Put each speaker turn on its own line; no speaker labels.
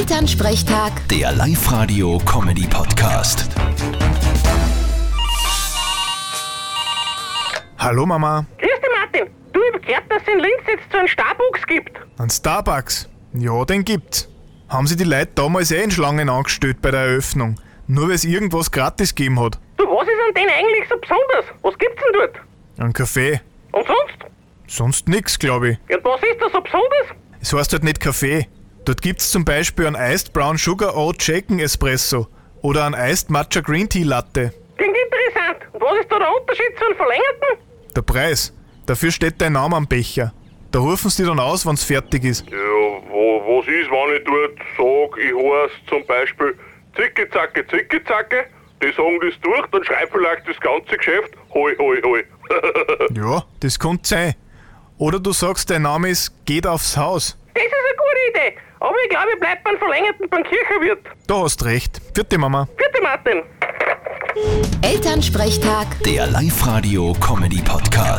Elternsprechtag,
Der Live-Radio-Comedy-Podcast.
Hallo Mama,
Grüß dich, Martin. Du, ich hab gehört, dass es in Linz jetzt so einen Starbucks gibt.
einen Starbucks? Ja, den gibt's. Haben sie die Leute damals eh in Schlangen angestellt bei der Eröffnung, nur weil es irgendwas gratis gegeben hat.
Du, was ist an denen eigentlich so besonders? Was gibt's denn dort?
Ein Kaffee.
Und sonst?
Sonst nix, glaube ich.
Ja, und was ist da so besonders?
Es heißt halt nicht Kaffee. Dort gibt's zum Beispiel einen Iced Brown Sugar Oat Shaken Espresso oder einen Iced Matcha Green Tea Latte.
Klingt interessant. Und was ist da der Unterschied zu einem verlängerten?
Der Preis. Dafür steht dein Name am Becher. Da rufen sie dann aus, wenn's fertig ist.
Ja, wo, was ist, wenn ich dort sage, ich heiße zum Beispiel Zicke, Zacke, Zicke, Zacke, die sagen das durch, dann schreibt vielleicht das ganze Geschäft hoi, hoi, hoi.
Ja, das könnte sein. Oder du sagst, dein Name ist Geht aufs Haus.
Das ist eine gute Idee. Aber ich glaube, ich bleib beim verlängerten beim Kirchenwirt.
Da hast recht. Vierte Mama.
Vierte Martin.
Elternsprechtag.
Der Live-Radio-Comedy-Podcast.